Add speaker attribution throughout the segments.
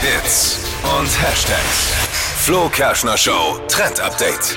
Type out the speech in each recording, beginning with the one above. Speaker 1: Hits und Hashtags. Flo Kerschner Show Trend Update.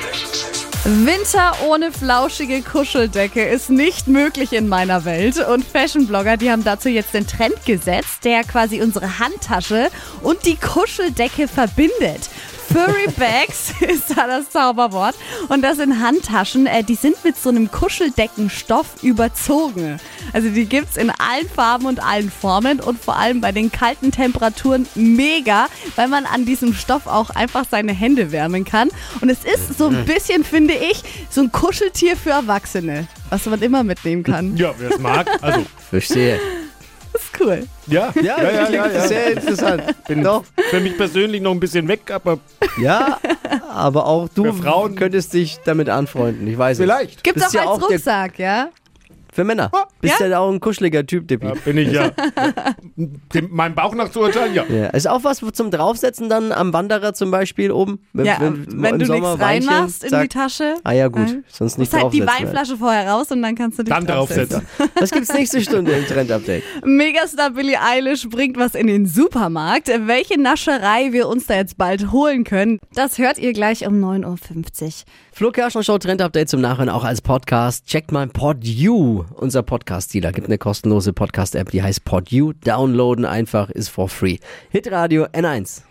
Speaker 2: Winter ohne flauschige Kuscheldecke ist nicht möglich in meiner Welt. Und Fashion-Blogger, die haben dazu jetzt den Trend gesetzt, der quasi unsere Handtasche und die Kuscheldecke verbindet. Furry Bags ist da das Zauberwort. Und das sind Handtaschen, äh, die sind mit so einem Kuscheldeckenstoff überzogen. Also die gibt's in allen Farben und allen Formen und vor allem bei den kalten Temperaturen mega, weil man an diesem Stoff auch einfach seine Hände wärmen kann. Und es ist
Speaker 3: Mhm.
Speaker 2: so ein bisschen, finde ich, so ein Kuscheltier für Erwachsene, was man immer mitnehmen kann.
Speaker 4: Ja, wer es mag. Also,
Speaker 3: Verstehe.
Speaker 2: Das ist cool.
Speaker 4: ja.
Speaker 3: Ja, ja, ja, ja, sehr interessant. Bin doch.
Speaker 4: Für mich persönlich noch ein bisschen weg, aber
Speaker 3: Ja, aber auch du
Speaker 4: Für Frauen-
Speaker 3: könntest dich damit anfreunden. Ich weiß
Speaker 4: vielleicht.
Speaker 2: Gibt's
Speaker 3: Das
Speaker 2: auch
Speaker 3: ist ja
Speaker 2: als
Speaker 3: auch der-
Speaker 2: Rucksack, ja?
Speaker 3: es. Für Männer. Bist
Speaker 2: Ja?
Speaker 3: ja auch ein kuscheliger Typ, Dippi.
Speaker 4: Da bin ich ja. Dem, meinem Bauch nach zu urteilen, ja.
Speaker 3: Ja, ist auch was zum Draufsetzen dann am Wanderer zum Beispiel oben. Wenn,
Speaker 2: Ja,
Speaker 3: wenn-
Speaker 2: wenn,
Speaker 3: im
Speaker 2: du nichts
Speaker 3: Sommer Weinchen,
Speaker 2: reinmachst in die
Speaker 3: zack.
Speaker 2: Tasche.
Speaker 3: Ah ja, gut,
Speaker 2: Nein.
Speaker 3: sonst
Speaker 2: Musst
Speaker 3: nicht
Speaker 2: halt die
Speaker 3: draufsetzen.
Speaker 2: Weinflasche vorher raus und dann kannst du dich
Speaker 4: Dann draufsetzen.
Speaker 3: Was gibt's nächste Stunde im Trend-Update?
Speaker 2: Megastar Billie Eilish bringt was in den Supermarkt. Welche Nascherei wir uns da jetzt bald holen können, das hört ihr gleich um 9.50 Uhr.
Speaker 3: Flo Kerschner Show Trend Update zum Nachhören auch als Podcast. Checkt mal PodU, unser Podcast-Dealer. Gibt eine kostenlose Podcast-App, die heißt PodU. Downloaden einfach, ist for free. Hitradio N1.